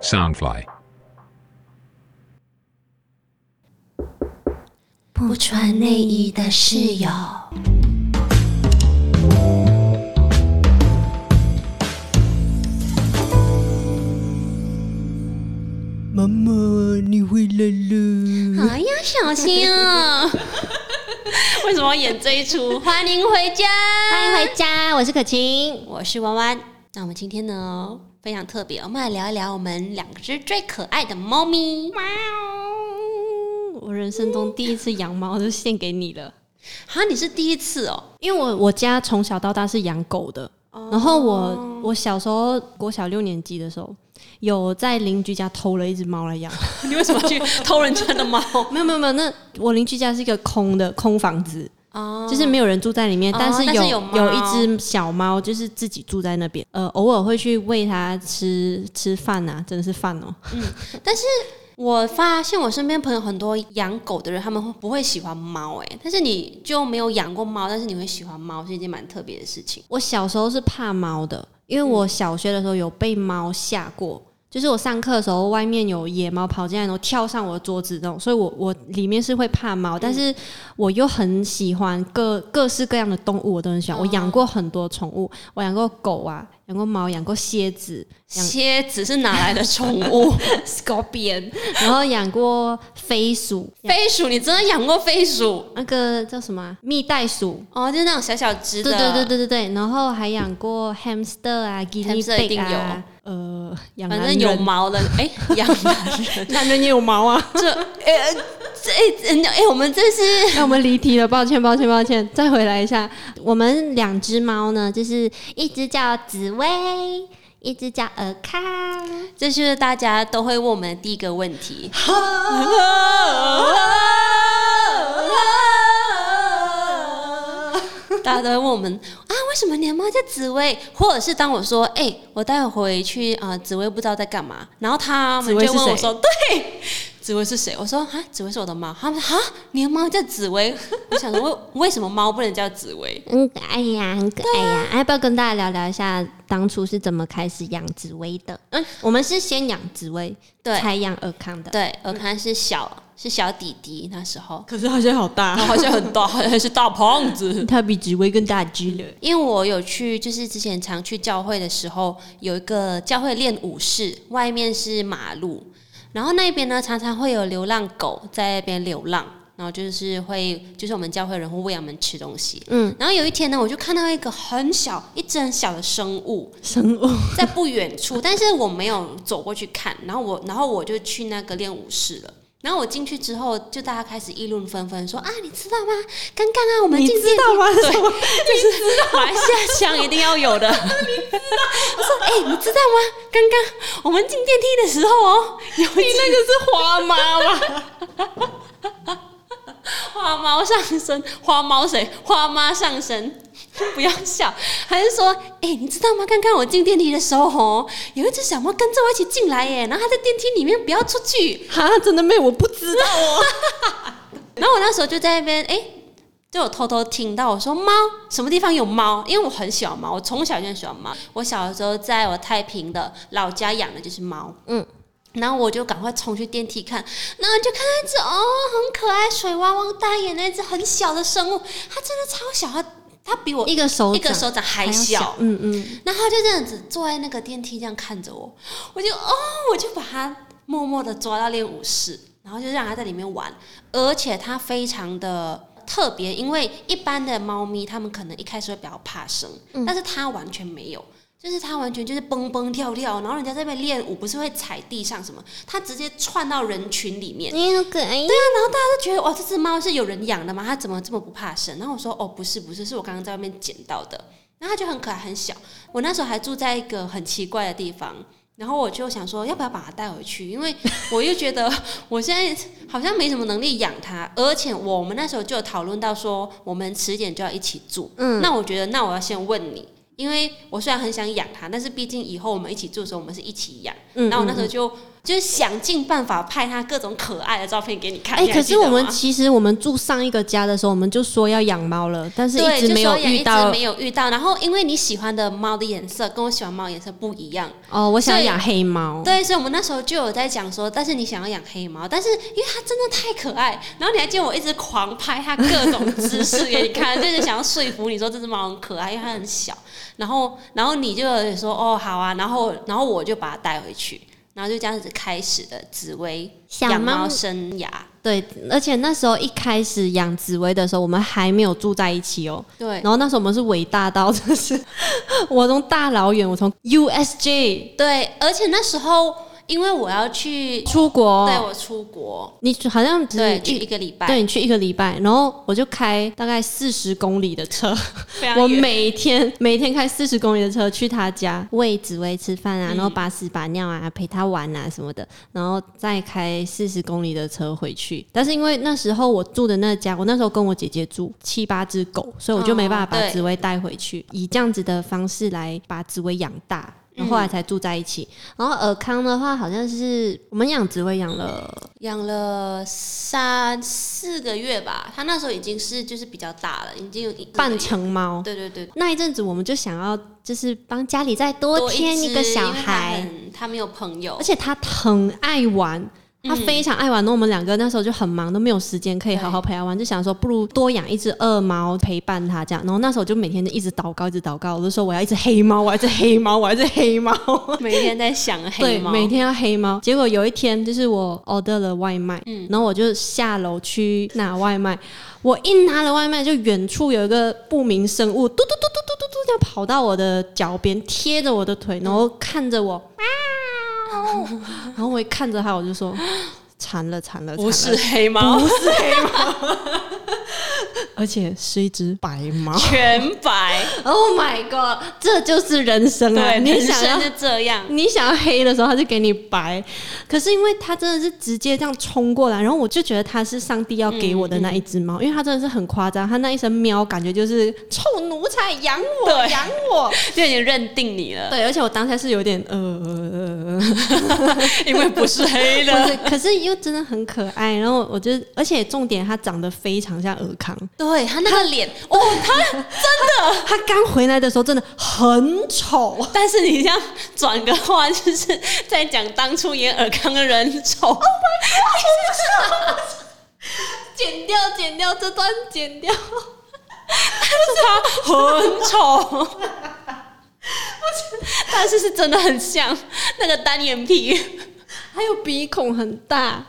Soundfly. 不穿内衣的室友。妈妈，你回来嗯了！哎呀，小心啊！为什么要演这一出？欢迎回家，欢迎回家，我是可晴。我是弯弯。那我们今天呢非常特别，我们来聊一聊我们两只最可爱的猫咪。喵！我人生中第一次养猫就献给你了，哈，你是第一次哦。因为我我家从小到大是养狗的，然后我我小时候国小六年级的时候，有在邻居家偷了一只猫来养。 你为什么去偷人家的猫？没有没有没有，那我邻居家是一个空的空房子，哦就是没有人住在里面，哦但是但有是有猫一只小猫，就是自己住在那边，呃，偶尔会去喂它吃吃饭啊，真的是饭哦、但是我发现我身边朋友很多养狗的人，他们会不会喜欢猫、欸？但是你就没有养过猫，但是你会喜欢猫，是一件蛮特别的事情。我小时候是怕猫的，因为嗯我小学的时候有被猫吓过，就是我上课的时候，外面有野猫跑进来，然后跳上我的桌子那种，所以我我里面是会怕猫，嗯但是我又很喜欢各各式各样的动物，我都很嗯喜欢。我养过很多宠物，我养过狗啊，养过猫，养过蝎子，养蝎子是哪来的宠 物？ scorpion，然后养过飞鼠，养飞鼠，你真的养过飞鼠？那个叫什么啊蜜袋鼠。哦，就是那种小小只对的，对对对对对，然后还养过 hamster 啊，guinea hamster 一定 pig 啊，呃，养反男正有人毛的，哎、养男人，男人也有毛啊！ 这哎哎哎哎，我们这是 那我们离题了，抱歉，抱歉，抱歉。再回来一下，我们两只猫呢，就是一只叫紫薇，一只叫尔康。这就是大家都会问我们的第一个问题。大家都会问我们啊，为什么你的猫叫紫薇？或者是当我说，哎、我待会回去啊、呃紫薇不知道在干嘛，然后他们紫薇就是问我谁说，对，紫薇是谁？我说啊，紫薇是我的猫。他们说啊，你的猫叫紫薇？我想说，为为什么猫不能叫紫薇？ 嗯，哎呀，很可爱呀、要不要跟大家聊聊一下当初是怎么开始养紫薇的？嗯，我们是先养紫薇，对才养尔康的。对，我看是小是小弟弟那时候，可是它现在好然大，后好像很大，好像是大胖子。它比紫薇更大只了。因为我有去，就是之前常去教会的时候，有一个教会练舞室，外面是马路，然后那边呢常常会有流浪狗在那边流浪，然后就是会就是我们教会人会喂它们吃东西。嗯，然后有一天呢，我就看到一个很小、一只很小的生物生物 在不远处，但是我没有走过去看。然后我，然后我就去那个练舞室了。然后我进去之后，就大家开始议论纷纷，说啊，你知道吗？刚刚啊，我们你进知电道吗？ 对，就是马来西亚腔一定要有的。我说，哎、你知道吗？刚刚我们进电梯的时候哦，有你那个是花猫啊，花猫上身，花猫谁？花妈上身。 不要笑，还是说，哎、你知道吗？刚刚我进电梯的时候，哦，有一只小猫跟着我一起进来，耶，然后它在电梯里面不要出去，哈，真的没有，我不知道哦。然后我那时候就在那边，哎、就有偷偷听到我说猫什么地方有猫，因为我很喜欢猫，我从小就很喜欢猫。我小的时候在我太平的老家养的就是猫，嗯。然后我就赶快冲去电梯看，然后就看到一只哦，很可爱，水汪汪大眼那只很小的生物，它真的超小，它它比我一个手一个掌手掌还要小，嗯嗯。然后他就这样子坐在那个电梯这样看着我，我就哦，我就把他默默的抓到练舞室，然后就让他在里面玩，而且他非常的特别，因为一般的猫咪它们可能一开始会比较怕生，但是它完全没有。就是它完全就是蹦蹦跳跳，然后人家在那边练舞，不是会踩地上什么，它直接窜到人群里面，你好可爱对啊，然后大家都觉得哇，这只猫是有人养的吗？它怎么这么不怕生？然后我说哦，不是不是，是我刚刚在外面捡到的。然后它就很可爱，很小。我那时候还住在一个很奇怪的地方，然后我就想说，要不要把它带回去？因为我又觉得我现在好像没什么能力养它，而且我们那时候就有讨论到说，我们迟点就要一起住。嗯那我觉得，那我要先问你，因为我虽然很想养它，但是毕竟以后我们一起住的时候，我们是一起养。嗯然后我那时候就就是想尽办法拍他各种可爱的照片给你看。哎、你还可记是得我们吗其实我们住上一个家的时候，我们就说要养猫了，但是对，一直就没有说也遇到一直。没有遇到。然后因为你喜欢的猫的颜色跟我喜欢猫的颜色不一样，哦，我想所以养黑猫。对，所以我们那时候就有在讲说，但是你想要养黑猫，但是因为它真的太可爱，然后你还见我一直狂拍它各种姿势给你 看，就是想要说服你说这只猫很可爱，因为它很小。然后，然后你就有说哦好啊，然后，然后我就把它带回去，然后就这样子开始的紫薇小养猫猫生涯。对，而且那时候一开始养紫薇的时候，我们还没有住在一起哦。对然后那时候我们是伟大到，就是我从大老远，我从 USJ 对，而且那时候因为我要去，出国，带我出国，你好像只对，去去一个礼拜，对你哦去一个礼拜，然后我就开大概四十公里的车，非常我远每天 每天开四十公里的车去他家喂紫薇吃饭嗯啊，然后把屎把尿啊，陪他玩啊什么的，然后再开四十公里的车回去。但是因为那时候我住的那家，我那时候跟我姐姐住七八只狗，所以我就没办法哦把对紫薇带回去，以这样子的方式来把紫薇养大。然嗯后后来才住在一起。然后尔康的话，好像是我们养紫薇养了，养了三四个月吧，他那时候已经是就是比较大了，已经有一半，成猫。对对对，那一阵子，我们就想要就是帮家里再多添一一个只小因为他孩，很，他没有朋友而，且他很爱玩，他嗯非常爱玩。那、我们两个那时候就很忙，都没有时间可以好好陪他玩，就想说不如多养一只恶猫陪伴他这样。然后那时候就每天就一直祷告，一直祷告，我就说我要一只黑猫，我要一只黑猫，我要一只黑猫。每天在想黑对，猫，每天要黑猫。结果有一天，就是我 order 了外卖，嗯然后我就下楼去拿外卖。我一拿了外卖，就远处有一个不明生物，嘟嘟嘟嘟嘟嘟嘟，这样跑到我的脚边，贴着我的腿，然后看着我，嗯喵 然后我一看着它，我就 说。惨了惨了，不是惨 了，黑猫， 而且是一只白猫。全白， Oh my god，这就是人生啊！对，你人想生要就这样， 你想要黑的时候，他就给你白。可是因为他真的是直接这样冲过来，然后我就觉得他是上帝要给我的那一只猫，因为他真的是很夸张，他那一声喵感觉就是臭奴才养我对养我。就已经认定你了，对，而且我当下是有点呃呃呃呃 因为不是黑呃，的，不是，可是又真的很可爱。然后我就，而且重点他长得非常像尔康，对他那个脸，哦，他，他刚回来的时候真的很丑。但是你这样转个话，就是在讲当初演尔康的人丑， 剪掉，剪掉这段，剪掉。很丑，但是是真的很像那个单眼皮，还有鼻孔很大。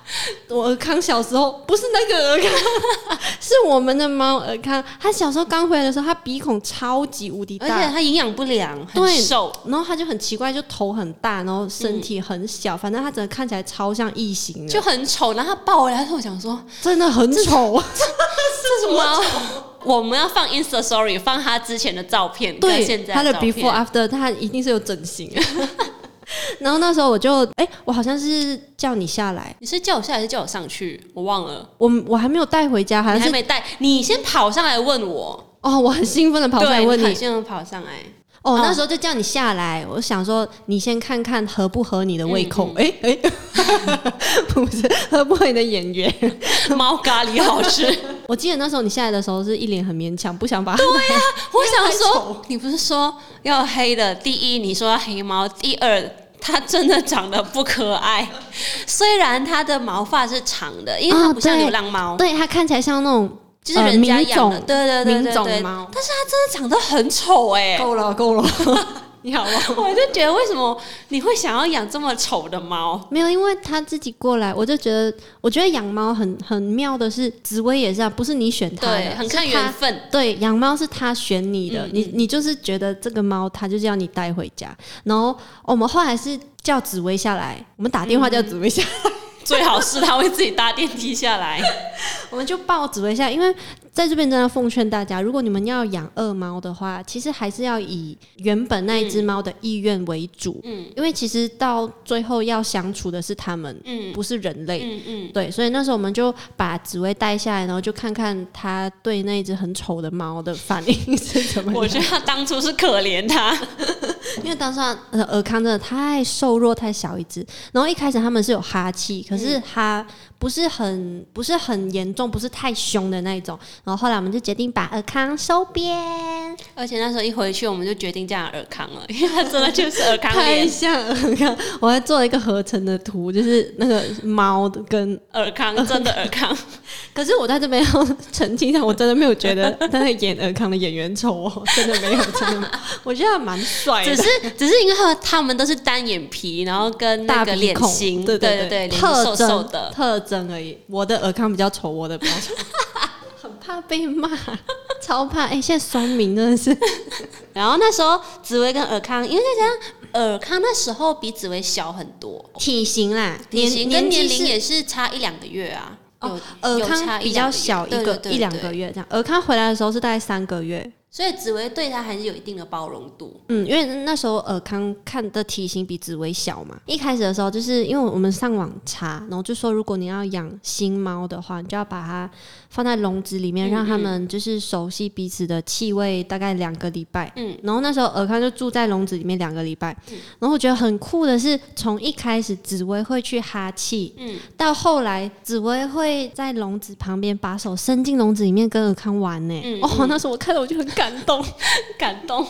我尔康小时候不是那个 尔康，是我们的猫尔康。它小时候刚回来的时候，它鼻孔超级无敌而且大。它营养不良，很对瘦。然后它就很奇怪，就头很大，然后身体很小，反正它整个看起来超像异形的，嗯就很丑，然后它抱回来的时候，我想说真的很丑。 这是猫，我们要放 Insta Story，放它之前的照片跟现对，在它的照片 before after，它一定是有整 形。然后那时候我就，哎、我好像是叫你下来，你是叫我下来还是叫我上去？我忘了，我我还没有带回家，好你像还是没带，你先跑上来问我，哦，我很兴奋的跑出来对问你很，兴奋跑上来， 哦，嗯那时候就叫你下来，我想说你先看看合不合你的胃口，哎哎、 不是合不合你的眼缘。猫咖喱好吃。 我记得那时候你下来的时候是一脸很勉强，不想把它 我想因为太说，你不是说要黑的？第一，你说要黑猫；第二，它真的长得不可爱。虽然它的毛发是长的，因为它哦不像对流浪猫，对它看起来像那种就是人家呃养的。民种对对对对民对种。猫。但是它真的长得很丑哎、够了够了， 你好吗？ 我就觉得为什么你会想要养这么丑的猫？没有，因为它自己过来，我就觉得，我觉得养猫很很妙的是，紫薇也是啊，不是你选它的，对，很看是它缘分。对，养猫是他选你的，嗯你你就是觉得这个猫，它就是要你带回家。然后我们后来是叫紫薇下来，我们打电话叫紫薇下来，嗯最好是它会自己搭电梯下来。嗯我们就抱紫薇下来。因为在这边真的奉劝大家，如果你们要养恶猫的话，其实还是要以原本那一只猫的意愿为主， 嗯因为其实到最后要相处的是它们，嗯不是人类。嗯嗯，对，所以那时候我们就把紫薇带下来，然后就看看它对那一只很丑的猫的反应是怎么样。我觉得它当初是可怜它，因为当时啊呃尔康真的太瘦弱、太小一只，然后一开始他们是有哈气，可是哈不是很不是很严重，不是太凶的那一种。然后后来我们就决定把尔康收编， 而且那时候一回去，我们就决定这样尔康了， 因为它真的就是尔康太脸，像尔康，我还做了一个合成的图，就是那个猫的跟尔康真的尔 康。 可是我在这边要澄清一下，我真的没有觉得那个演尔康的演员丑哦，真的没有，真的没有，我觉得蛮帅只的。是只是因为他他们都是单眼皮，然后跟那大个鼻脸孔，型，对对对脸型特瘦瘦征的。特征而已。我的尔康比较丑，我的比较丑，很怕被骂，超怕。哎、现在双明真的是，然后那时候紫薇跟尔康，因为再加上尔康那时候比紫薇小很多，体型啦，体型跟年纪龄是也是差一两个月啊。有尔有康差一比两个较月小，一对个对对一两对个月这样。尔康回来的时候是大概三个月，所以紫薇对他还是有一定的包容度。嗯，因为那时候尔康看的体型比紫薇小嘛。一开始的时候，就是因为我们上网查，然后就说如果你要养新猫的话，你就要把它放在笼子里面，让它们就是熟悉彼此的气味，大概两个礼拜。嗯嗯，然后那时候尔康就住在笼子里面两个礼拜。然后我觉得很酷的是，从一开始紫薇会去哈气，嗯嗯，到后来紫薇会在笼子旁边把手伸进笼子里面跟尔康玩呢、嗯哦，嗯那时候我看了我就很感动。 感动，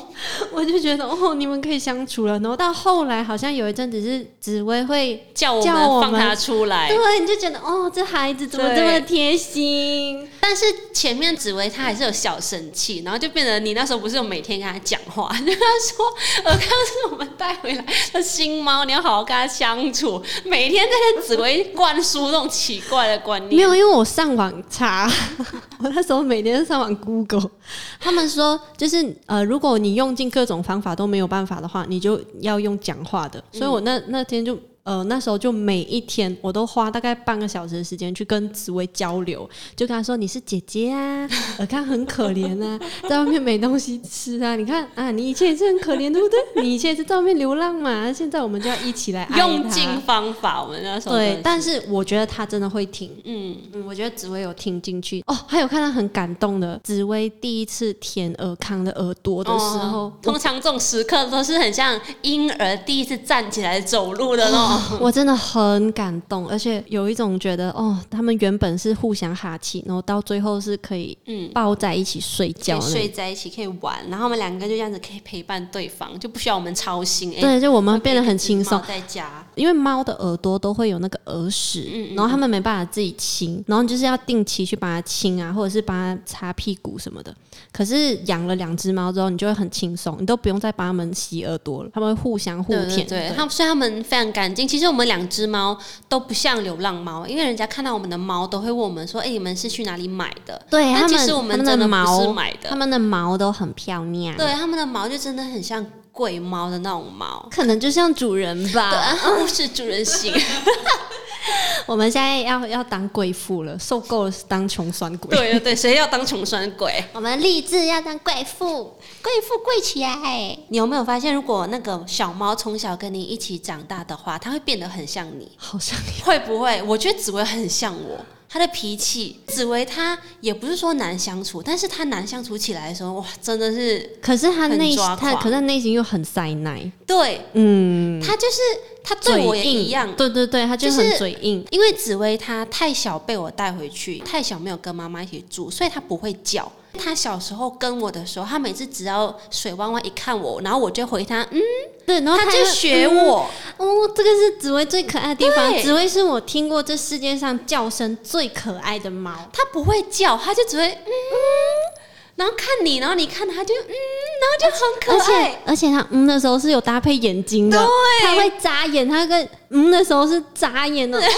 我就觉得哦，你们可以相处了。然后到后来，好像有一阵子是紫薇会，叫我叫们我放们他出来。对，你就觉得哦，这孩子怎么哎对这么贴心？但是前面紫薇她还是有小生气，然后就变成你那时候不是有每天跟她讲话， 就跟她说尔康是我们带回来的新猫，你要好好跟它相处，每天在跟紫薇灌输那种奇怪的观没念。有，因为我上网查， 我那时候每天上网 Google，他们说就是呃，如果你用尽各种方法都没有办法的话，你就要用讲话的。嗯所以我那那天就。呃，那时候就每一天我都花大概半个小时的时间去跟紫薇交流，就跟她说你是姐姐啊， 尔康很可怜啊，在外面没东西吃啊，你看啊，你以前也是很可怜，对不对？你以前也是在外面流浪嘛，现在我们就要一起来爱用她尽方法，我们那时候对，真的但是我觉得他真的会听，嗯，嗯，我觉得紫薇有听进去哦，还有看到很感动的，紫薇第一次舔尔康的耳朵的时候，哦通常这种时刻都是很像婴儿第一次站起来走路的那种。我真的很感动，而且有一种觉得哦，他们原本是互相哈气，然后到最后是可以嗯，抱在一起睡可觉以的那睡种。在一起，可以玩，然后我们两个就这样子可以陪伴对方，就不需要我们操心。哎，对，就我们变得很轻松猫，在家，因为猫的耳朵都会有那个耳屎，嗯嗯然后它们没办法自己清，然后你就是要定期去把它清啊，或者是帮它擦屁股什么的。可是养了两只猫之后，你就会很轻松，你都不用再帮它们洗耳朵了，它们会互相互对舔。对对，对它们所以它们非常干净。其实我们两只猫都不像流浪猫，因为人家看到我们的猫都会问我们说：“哎、你们是去哪里买的？”对但它其哎们，实我它们们真的不是毛，买它的，们的毛都很漂亮。对，它们的毛就真的很像贵猫的那种 毛。可能就像主人对吧，啊，是主人型，我们现在要要当贵妇了，受够了当穷酸鬼。对对对，谁要当穷酸鬼？ 我们立志要当贵妇，贵妇贵起来。你有没有发现，如果那个小猫从小跟你一起长大的话，它会变得很像你？好像会不会？我觉得紫薇很像我，她的脾气，紫薇她也不是说难相处，但是她难相处起来的时候，哇，真的是可是他很内抓他，狂可是他内心又很塞奶，对嗯，她就是她对我也嘴硬一样。对对对，他就就是很嘴硬，因为紫薇她太小被我带回去，太小没有跟妈妈一起住，所以她不会叫。她小时候跟我的时候，她每次只要水汪汪一看我，然后我就回她，嗯，对，然后她他就学。我。嗯哦，这个是紫薇最可爱的地方对。紫薇是我听过这世界上叫声最可爱的猫。它不会叫，它就只会嗯，然后看你，然后你看它就嗯，然后就而很可且爱。而且它嗯的时候是有搭配眼睛的，它会眨眼，它跟嗯的时候是眨 眼的，哦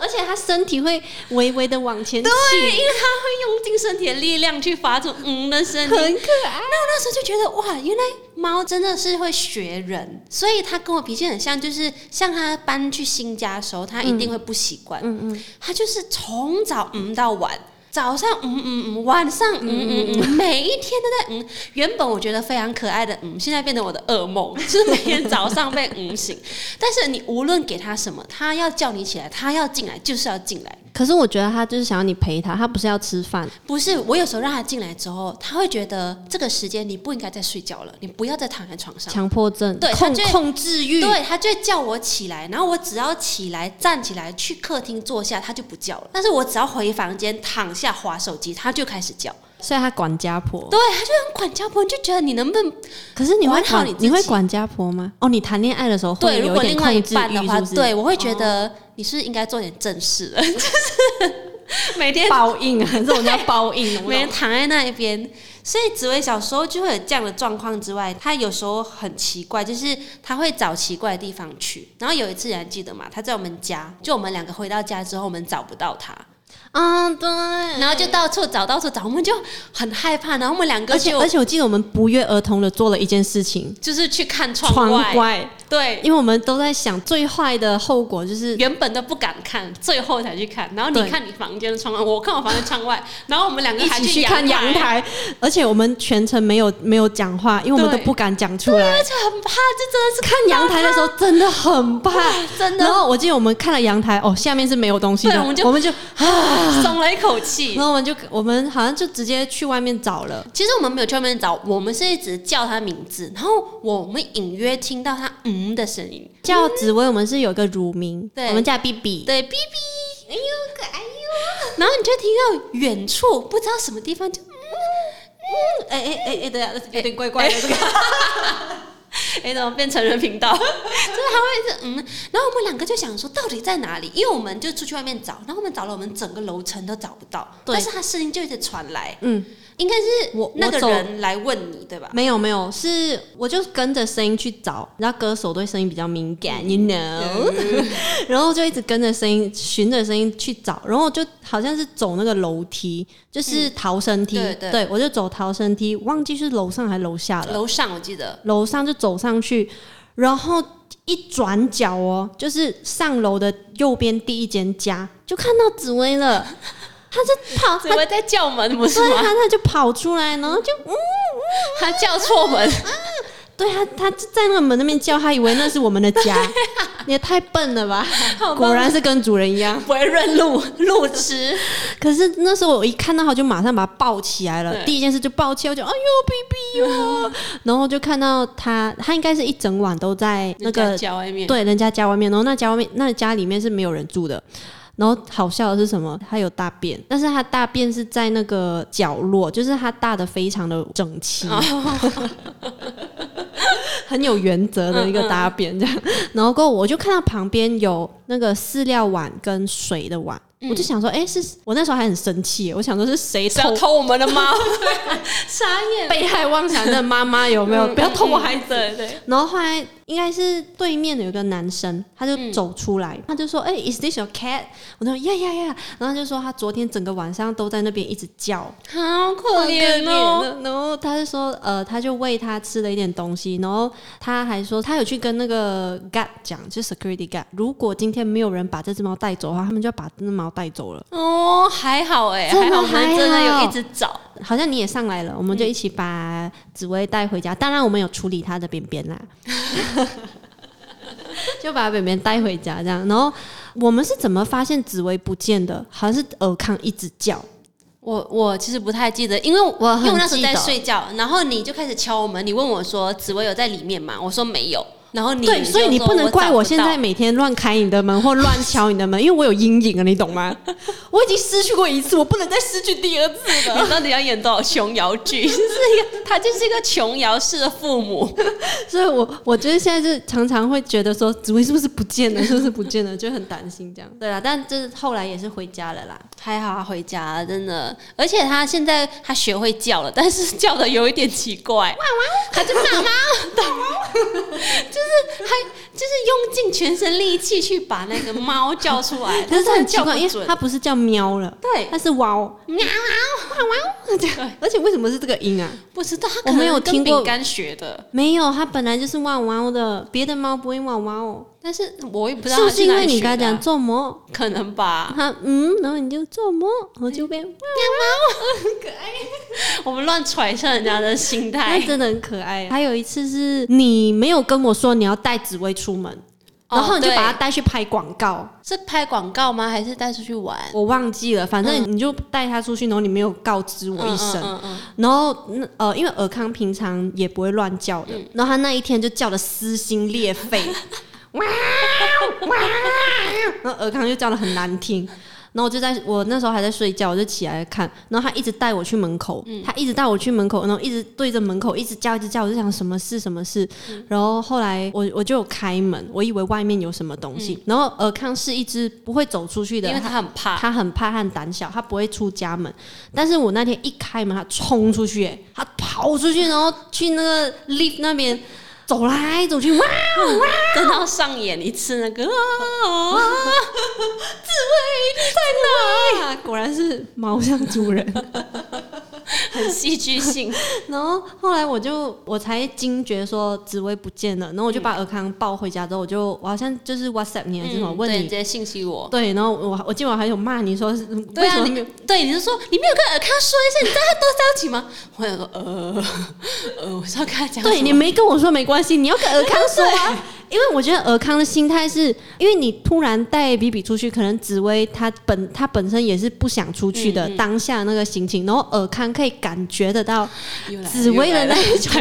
而且它身体会微微的往前去，对，因为它会用尽身体的力量去发出嗯的声音。很可那爱。我那时候就觉得哇，原来猫真的是会学人，所以它跟我脾气很像，就是像它搬去新家的时候，它一定会不习惯。嗯嗯，它就是从早嗯到晚。早上嗯嗯嗯，晚上嗯嗯嗯，每一天都在嗯。原本我觉得非常可爱的嗯，现在变成我的噩梦，就是每天早上被嗯醒。但是你无论给它什么，它要叫你起来，它要进来就是要进来。可是我觉得他就是想要你陪他，他不是要吃饭。不是，我有时候让他进来之后，他会觉得这个时间你不应该再睡觉了，你不要再躺在床上。强迫症，对他控就会控制欲，对他就会叫我起来，然后我只要起来站起来去客厅坐下，他就不叫了。但是我只要回房间躺下划手机，他就开始叫。所以他管家婆。对，他就很管家婆，你就觉得你能不能可是你会管好管你自己会管家婆吗？哦，你谈恋爱的时候会对？如有果点另外控一制半的欲，话，是不哦是？对我会觉得你是不是应该做点正事了，就是每 天报应啊，这种叫报应，懂不每懂天躺在那一边。所以紫薇小时候就会有这样的状况之外，她有时候很奇怪，就是她会找奇怪的地方去。然后有一次你还记得吗？她在我们家，就我们两个回到家之后，我们找不到她，啊，对。然后就到处找，到处找，我们就很害怕。然后我们两个而且就而且我记得我们不约而同的做了一件事情，就是去看窗窗外，外，对，因为我们都在想最坏的后果就是原本都不敢看，最后才去看。然后对你看你房间的窗外，我看我房间窗外，然后我们两个一还起去看阳阳，台，而且我们全程没有没有讲话，因为我们都对不敢讲出来。就很怕，这看阳台的时候真的很怕，真的然后我记得我们看了阳台，哦，下面是没有东西的，对我们就我们就，真的是松了一口气然。后我们就我们好像就直接去外面找了。其实我们没有去外面找，我们是一直叫他名字，然后我们隐约听到他嗯的声音，叫紫薇，我们是有一个乳名，对我们叫 B B，对，哔哔，哎呦可爱哟，然后你就听到远处不知道什么地方就嗯嗯，哎哎哎哎，对啊，有点怪怪的这个。 哎，怎么变成人频道？ 就是他会是嗯，然后我们两个就想说到底在哪里？因为我们就出去外面找，然后我们找了我们整个楼层都找不到，对但是他声音就一直传来，嗯，应该是我那个我走人来问你对吧？没有没有，是我就跟着声音去找，然后歌手对声音比较敏感，you know，然 后就一直跟着声音，循着声音去找，然后就好像是走那个楼梯，就是逃生梯，嗯对对我就走逃生梯，忘记是楼上还是楼下了，楼上我记得，楼上就走上去，然后一转角哦，就是上楼的右边第一间家，就看到紫薇了， 她 就跑，紫她薇在叫门不是所以她吗？她就跑出来，然后就嗯。他叫错门，对他，他就在那个门那边叫，他以为那是我们的 家，啊你也太笨了吧！果然是跟主人一样。不会认 路路痴。可是那时候我一看到他，就马上把他抱起来了。对第一件事就抱起来，我就哎呦，baby 哟、然后就看到他，他应该是一整晚都在那人家个家外面，对人家家外面，然后那家外面那家里面是没有人住的。然后好笑的是什么？他有大便，但是他大便是在那个角落，就是他大的非常的整 齐，很有原则的一个大便这样。然后过后我就看到旁边有那个饲料碗跟水的碗，我就想说，哎、是我那时候还很生气，我想说是谁嗯是要偷偷我们的猫， 傻眼，被害妄想症妈妈有没嗯有？不要偷我孩子。对对，然后后来应该是对面有一个男生，他就走出来，他就说：“哎、i s this your cat？” 我就说：“呀呀呀！”然后他就说他昨天整个晚上都在那边一直叫，好可怜好可哦。怜。然后他就说：“呃，他就喂他吃了一点东西。”然后他还说他有去跟那个 guard 讲，就是 security guard，如果今天没有人把这只猫带走的话，他们就要把这只猫带走了。哦，还好哎，真的还好我们真的还好有一直找，好像你也上来了，我们就一起把紫薇带回家。当然，我们有处理她的便便啦， 就把便便带回家这样。然后我们是怎么发现紫薇不见的？好像是尔康一直叫，我我其实不太记得，因为我因为很我那时候记在得睡觉，然后你就开始敲我门，你问我说紫薇有在里面吗？我说没有，然后你对，就所以你说不能怪我我现 在找不到每天乱开你的门或乱敲你的门，因为我有阴影啊，你懂 吗？我已经失去过一次，我不能再失去第二次了。你到底要演多少琼瑶剧？ 就是一个，他就是一个琼瑶式的父母，所以我我觉得现在就是常常会觉得说，紫薇是不是不见了？是不是不见了？就很担心这样。对啦，但就是后来也是回家了啦。还好他回家了，真的。而且他现在他学会叫了，但是叫的有一点奇怪，他就妈 妈，就是还就是用尽全身力气去把那个猫叫出来， 但是他很奇叫怪，因不为准。它不是叫喵了，对它是哇哦喵这样。而且为什么是这个音啊？不知道，他我可能没有跟听过饼干学的，没有，它本来就是哇哇哦的，别的猫不会哇哇哦。但是我也不知道是不他是因哪为里你学的跟啊他讲，做梦？可能 吧？它嗯，然后你就做梦，然后就被哇我们乱揣测人家的心态哦啊它，真的很可爱。还有一次是你没有跟我说你要带紫薇出门，然后你就哦对把它带去拍广告，是拍广告吗？还是带出去玩？我忘记了，反嗯正你就带它出去，然后你没有告知我一声，然后那呃，因为尔康平常也不会乱叫的，然后他那一天就叫的撕心裂肺，哇哇，然后尔康就叫的很难听。然后我就在我那时候还在睡觉，我就起来看，然后他一直带我去门口，他一直带我去门口，然后一直对着门口一直叫，一直叫，我就想什么事什么事。然后后来我我就有开门，我以为外面有什么东西，然后尔康是一只不会走出去的，因为他很怕，他很怕，他很胆小，他不会出家门。但是我那天一开门，他冲出去、欸，他跑出去，然后去那个 lift 那边走来走去，哇！等到上演一次那个啊，啊果然是猫像主人。很戏剧性。 然后后来我就我才惊觉说紫薇不见了，然后我就把尔康抱回家之后，我就我好像就是 WhatsApp 你还是什么、嗯问对你直。接信息我。对，然后我我记得我还有骂你说是对为啊，什么你没有对你就说你没有跟尔康说一声，你知道他多着急吗？我想说呃呃，我是要跟他讲什么。对你没跟我说没关系，你要跟尔康说 啊。因为我觉得尔康的心态是，因为你突然带比比出去，可能紫薇她本她本身也是不想出去嗯的，当下那个心情，然后尔康可以感觉得到又来了紫薇的那一种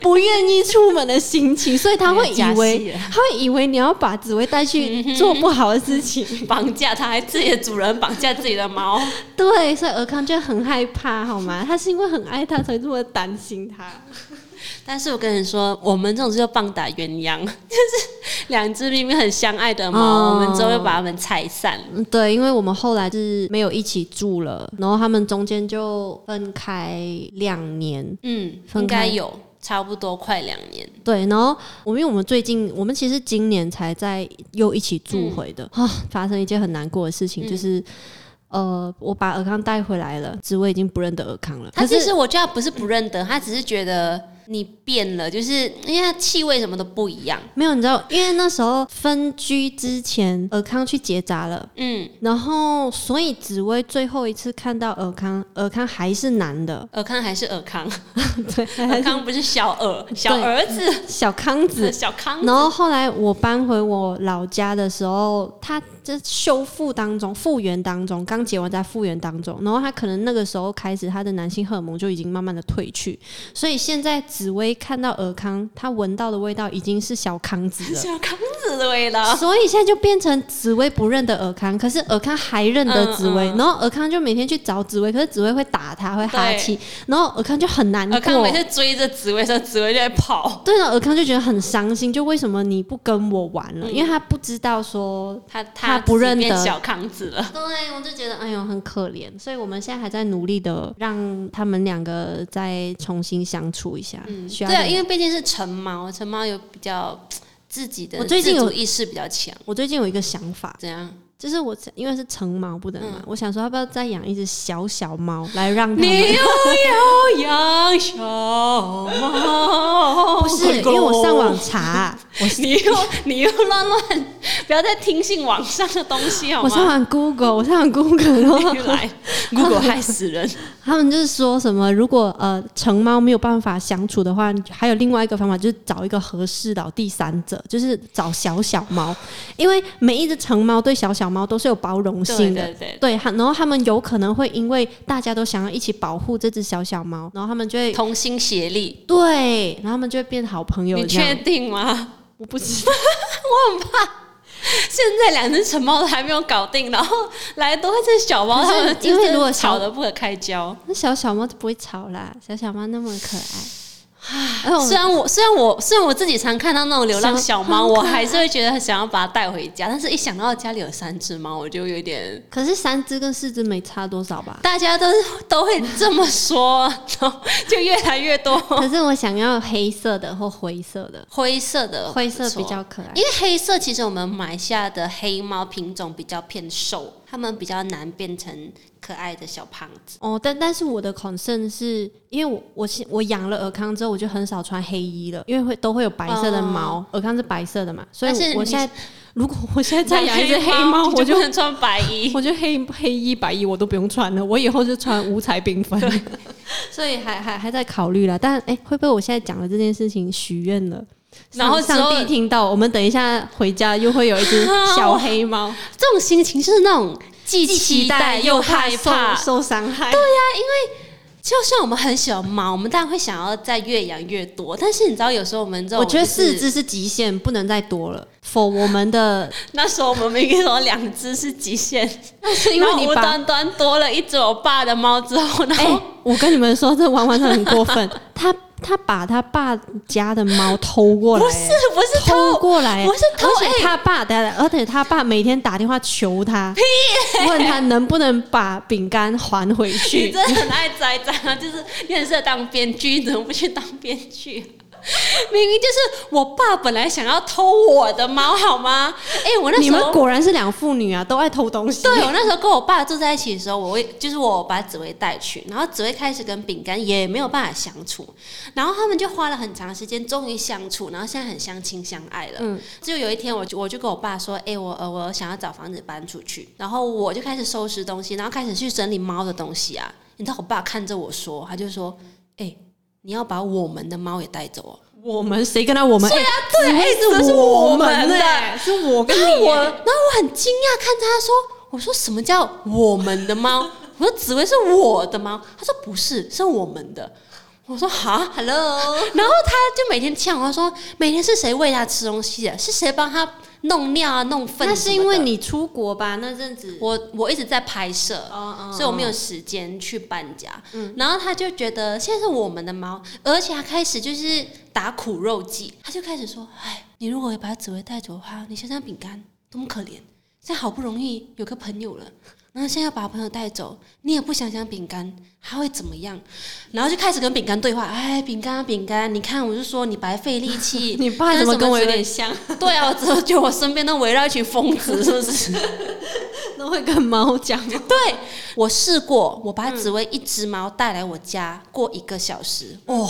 不愿意出门的心情，所以他会以哎假戏啊嗯为了他会以为你要把紫薇带去做不好的 事情，绑架它，还自己的主人绑架自己的猫，对，所以尔康就很害怕，好吗？他是因为很爱他，才这么担心他。但是我跟你说，我们这种就棒打鸳鸯， 就是两只明明很相爱的猫，哦我们只会把它们拆散。嗯，对，因为我们后来是没有一起住了，然后他们中间就分开两年，嗯，分应开该有差不多快两年。对，然后我们因为我们最近，我们其实今年才在又一起住嗯回的、啊，发生一件很难过的事情，就是。呃，我把尔康带回来了，紫薇已经不认得尔康了。他可其是实我觉得他不是不认得，他只是觉得你变了，就是因为他气味什么都不一样。没有，你知道，因为那时候分居之前，尔康去结扎了，嗯，然后所以紫薇最后一次看到尔康，尔康还是男的， 尔康还是尔康，对，还尔是康不是小尔小对儿子，小康子，小康然后后来我搬回我老家的时候，他在修复当中、复原当中，刚结完在复原当中。然后他可能那个时候开始，他的男性荷尔蒙就已经慢慢的退去，所以现在紫薇看到尔康，他闻到的味道已经是小康子 了。小康子的味道。所以现在就变成紫薇不认得尔康，可是尔康还认得紫薇，嗯嗯然后尔康就每天去找紫薇，可是紫薇会打他，会哈对气，然后尔康就很难过。尔康每次追着紫薇的时候，紫薇就在跑。对了，尔康就觉得很伤心，就为什么你不跟我玩了？嗯因为他不知道说，他他不认得变小康子了。对，我就觉得哎呦很可怜，所以我们现在还在努力的让他们两个再重新相处一下，需要对啊，点因为毕竟是成猫，成猫有比较自己的我最近有自主意识比较强，我最近有一个想法，怎样？就是我因为是成猫不能嘛，我想说要不要再养一只小小猫来让他 们你又要养小猫？不是，因为我上网查，我 你又你又乱乱，不要再听信网上的东西好我上吗？网 Google，我上网 Google，然后又 来，Google 害死人。他们就是说什么，如果呃成猫没有办法相处的话，还有另外一个方法，就是找一个合适的哦第三者，就是找小小 猫，因为每一只成猫对小小猫都是有包容 对性的。对对，对，它然后他们有可能会因为大家都想要一起保护这只小小猫，然后他们就会同心协力，对，然后他们就会变好朋友你这样。确定吗？ 我不知 现在两只成猫都还没有搞定，然后来多一只小猫，可是他们因为如果小吵得不可开交。那小小猫就不会吵啦，小小猫那么可爱。 哦然后我虽然我虽然我虽然我自己常看到那种流浪小猫，小很我可爱还是会觉得想要把它带回家，但是一想到家里有三只猫，我就有点。 可是三只跟四只没差多少吧？大家都都会这么说， 然后就越来越多可是我想要黑色的或灰色的。灰色的灰色比较不错，可爱因。为黑色其实我们马来西亚的黑猫品种比较偏瘦，它们比较难变成可爱的小胖子。哦，但但是我的 concern 是因为我我是我养了尔康之后，我就很少穿黑衣了，因为会都会有白色的毛，尔康是白色的嘛，所以哦但是我我你现在 如果我现在再养一只黑猫， 你就我就不能穿白衣。 我就 黑黑衣白衣我都不用穿了，我以后就穿五彩缤 纷。所以还还还在考虑啦，但哎、会不会我现在讲了这件事情许愿了，然后之上后帝听到，我们等一下回家又会有一只小黑猫，这种心情就是那种 既期待又害怕。受受伤害。对呀、就像我们很喜欢猫，我们当然会想要再越养越多，但是你知道，有时候我们这种我觉得就是四只是极限，不能再多了。否，我们的 那时候我们每个说两只是极限，那 是因为然后你无把端端多了一只我爸的猫之后，然 哎、后、我跟你们说，这完完全很 过分。他他把他爸家的猫偷过来、不哎是不是偷过来、哎不是偷而哎且他爸，等一下而且他爸每天打电话求他，问他能不能把饼干还回你去。真的很爱栽赃啊！就是你很适合当编剧，你怎么不去当编剧？啊 明明就是我爸本来想要偷我的猫，好吗？哎、我那你时们候。果然是两父女啊，都爱偷东西。对，我那时候跟我爸住在一起的时候，我会就是我把紫薇带去，然后紫薇开始跟饼干也没有办法相处，然后他们就花了很长时间，终于相处，然后现在很相亲相爱了。嗯，就有一天我就我就跟我爸说，哎、我呃我想要找房子搬出去，然后我就开始收拾东西，然后开始去整理猫的东西啊。你知道我爸看着我说，他就说，哎、你要把我们的猫也带走哦。我们谁跟他我们？对啊哎对哎紫薇这是是我们欸们的哎是 我跟然后你我，哎然后我很惊讶看着他说，我说什么叫我们的猫？我说紫薇是我的猫，他说不是，是我们的。我说哈，Hello，然后他就每天呛我说，每天是谁喂他吃东西的？是谁帮他弄尿啊、弄粪？那是因为。你出国吧？那阵子，我我一直在拍摄，哦哦。所以我没有时间去搬家。然后他就觉得现在是我们的猫，而且他开始就是打苦肉计，他就开始说：“哎，你如果把紫薇带走的话，你想想饼干多么可怜，现在好不容易有个朋友了。”然后现在要把朋友带走，你也不想想饼干他会怎么样，然后就开始跟饼干对话。哎，饼干啊，饼干，你看，我就说你白费力气 你爸怎什么跟我有之类点像？对啊？我只觉得我身边都围绕一群疯子，是不是？都会跟猫讲话。对，我试过，我把紫薇一只猫带来我家过一个小时，哦，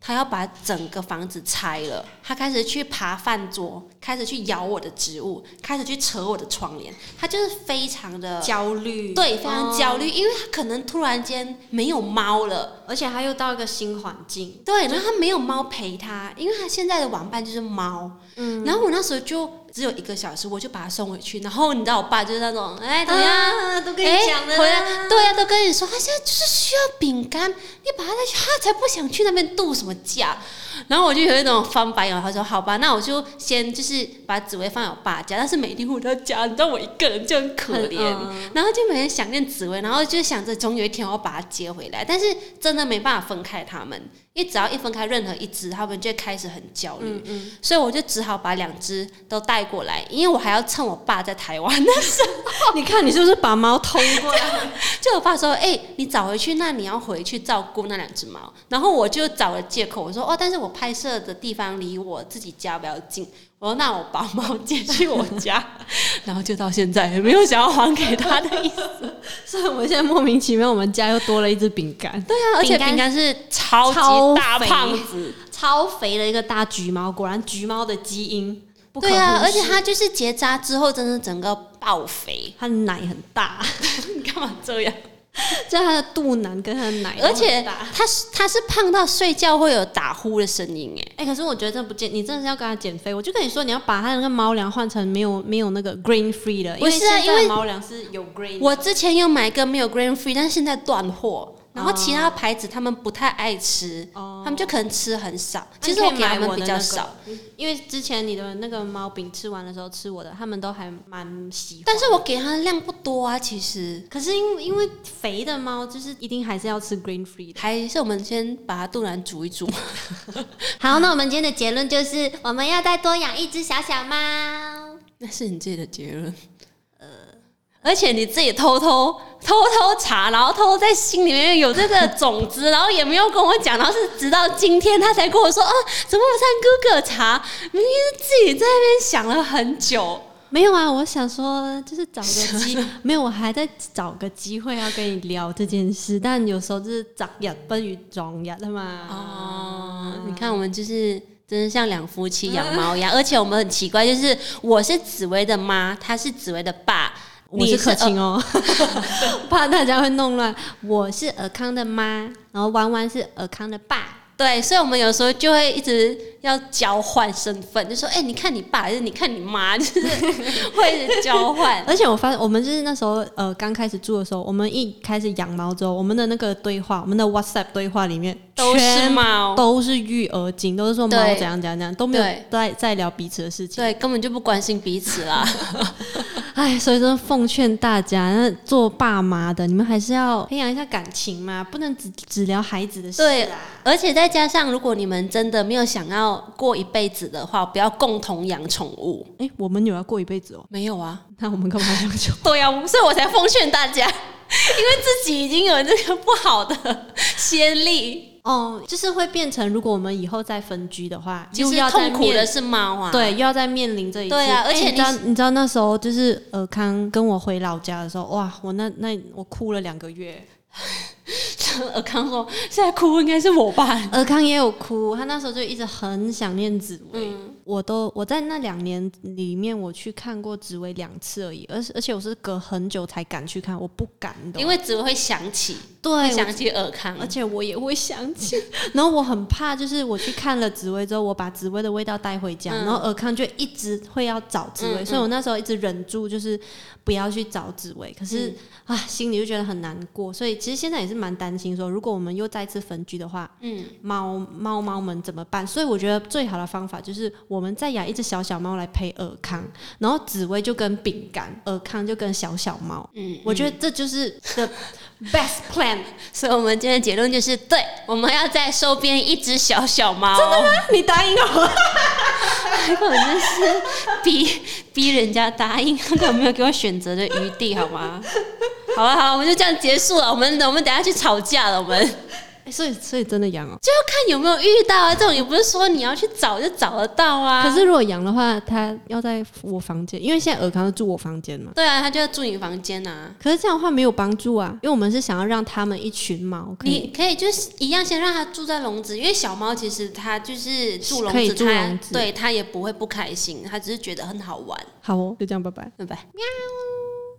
它要把整个房子拆了，它开始去爬饭桌，开始去咬我的植物，开始去扯我的窗帘，它就是非常的焦虑，对，非常哦焦虑，因为它可能突然间没有猫了。而且他又到一个新环境，对，然后他没有猫陪他，因为他现在的玩伴就是猫。嗯，然后我那时候就只有一个小时，我就把他送回去。然后你知道，我爸就是那种，哎，怎么样？啊都跟你哎讲了啦回来，对啊，都跟你说，他现在就是需要饼干，你把他带去，他才不想去那边度什么假。然后我就有一种翻白眼，他说：“好吧，那我就先就是把紫薇放在我爸家，但是每天回到家，你知道我一个人就很可很怜，嗯然后就每天想念紫薇，然后就想着总有一天我要把它接回来，但是真的没办法分开它们，因为只要一分开任何一只，它们就会开始很焦嗯虑，所以我就只好把两只都带过来，因为我还要趁我爸在台湾的时候，你看你是不是把猫偷过来？ 就我爸说：“哎、你早回去，那你要回去照顾那两只猫。”然后我就找了借口，我说：“哦，但是我拍摄的地方离我自己家比较近。”我说：“那我把猫接去我家。” 然后就到现在也没有想要还给他的意思。所以我现在莫名其妙，我们家又多了一只饼干，对啊，而且饼干饼干是超超级大肥胖子，超肥的一个大橘猫，果然橘猫的基因不可对啊，忽而且视。它就是结扎之后，真的整个爆肥它的奶很 大，你 干嘛这样？这它的肚腩跟它的奶都而很且大，它是它是胖到睡觉会有打呼的声音，哎，哎、可是我觉得这不健，你真的是要跟它减肥。我就跟你说，你要把它的那个猫粮换成没有没有那个 grain free 的，因不为是啊现在因为的猫粮是有 grain，我之前有买一个没有 grain free，但是现在断货。然后其他牌子他们不太爱吃，哦他们就可能吃很少。其其实实我给给他他们们比比较较少少，，因为之前你的那个猫饼吃完的时候吃我的，他们都还蛮喜欢。但是我给它的量不多啊。其实可是因为因为肥的猫就是一定还是要吃 green free 的。还是我们先把它肚腩煮一煮。 好，那我们今天的结论就是，我们要再多养一只小小猫。那是你自己的结论。而且你自己偷偷偷偷查，然后偷偷在心里面有这个种子，然后也没有跟我讲，然后是直到今天他才跟我说，啊，怎么我上 Google 查，明明是自己在那边想了很久。没有啊，我想说就是找个 机，没有，我还在找个机会要跟你聊这件事。但有时候就是长日不如撞日的嘛。哦，你看我们就是真的像两夫妻养猫一样，而且我们很奇怪，就是我是紫薇的妈，他是紫薇的爸，我你是可呃亲 哦，怕大家会弄乱。我是尔康的妈，然后弯弯是尔康的爸。对，所以我们有时候就会一直要交换身份，就说：“哎、你看你爸，还是你看你妈？”就是会一直交 换。而且我发现，我们就是那时候呃刚开始住的时候，我们一开始养猫之后，我们的那个对话，我们的 WhatsApp 对话里面都是全猫，都是育儿经，都是说猫对怎样怎样怎样，都没有对在在聊彼此的事情。对，根本就不关心彼此啦。 哎，所以说奉劝大家，那做爸妈的，你们还是要培养一下感情嘛，不能只只聊孩子的事对啊。而且再加上，如果你们真的没有想要过一辈子的话，不要共同养宠物。哎、我们有要过一辈子哦，没有啊，那我们干嘛要求？对啊，所以我才奉劝大家，因 为自己已经有这个不好的先例， 哦，就是会变成，如果我们以后再分居的话，其又实要再痛苦的面是猫啊。对，又要再面临这一次。对啊而哎且你知道你，你知道那时候就是尔康跟我回老家的时候，哇，我那那我哭了两个月。尔康说，现在哭应该是我吧？尔康也有哭，他那时候就一直很想念紫薇。嗯我都我在那两年里面，我去看过紫薇两次而已，而是而且我是隔很久才敢去看，我不敢的，因为只会想起，对会我想起尔康而。且我也会想起，然后我很怕，就是我去看了紫薇之后，我把紫薇的味道带回家，嗯然后尔康就一直会要找紫嗯薇，嗯所以我那时候一直忍住，就是不要去找紫薇。可嗯是、啊，心里就觉得很难过，所以其实现在也是蛮担心说，如果我们又再次分居的话，嗯，猫猫猫们怎么办？所以我觉得最好的方法就是我们再养一只小小猫来陪尔康，然后紫薇就跟饼干，尔康就跟小小猫。嗯我觉得这就是 the best plan。所以我们今天的结论就是，对，我们要再收编一只小小猫。真的吗？你答应我。 我真是逼逼人家答应，根本没有给我选择的余地，好吗？好啊了好了，我们就这样结束了。我们我们等一下去吵架了，我们。欸 所以所以真的养哦。就要看有没有遇到啊。这种也不是说你要去找就找得到啊。可是如果养的话，它要在我房间，因为现在尔康是住我房间嘛。对啊，他就要住你房间啊。可是这样的话没有帮助啊，因为我们是想要让他们一群猫可以你可以就是一样，先让它住在笼子，因为小猫其实它就是住笼可以子，住它笼子对它也不会不开心，它只是觉得很好玩，好哦，就这样，拜拜。对不对？喵。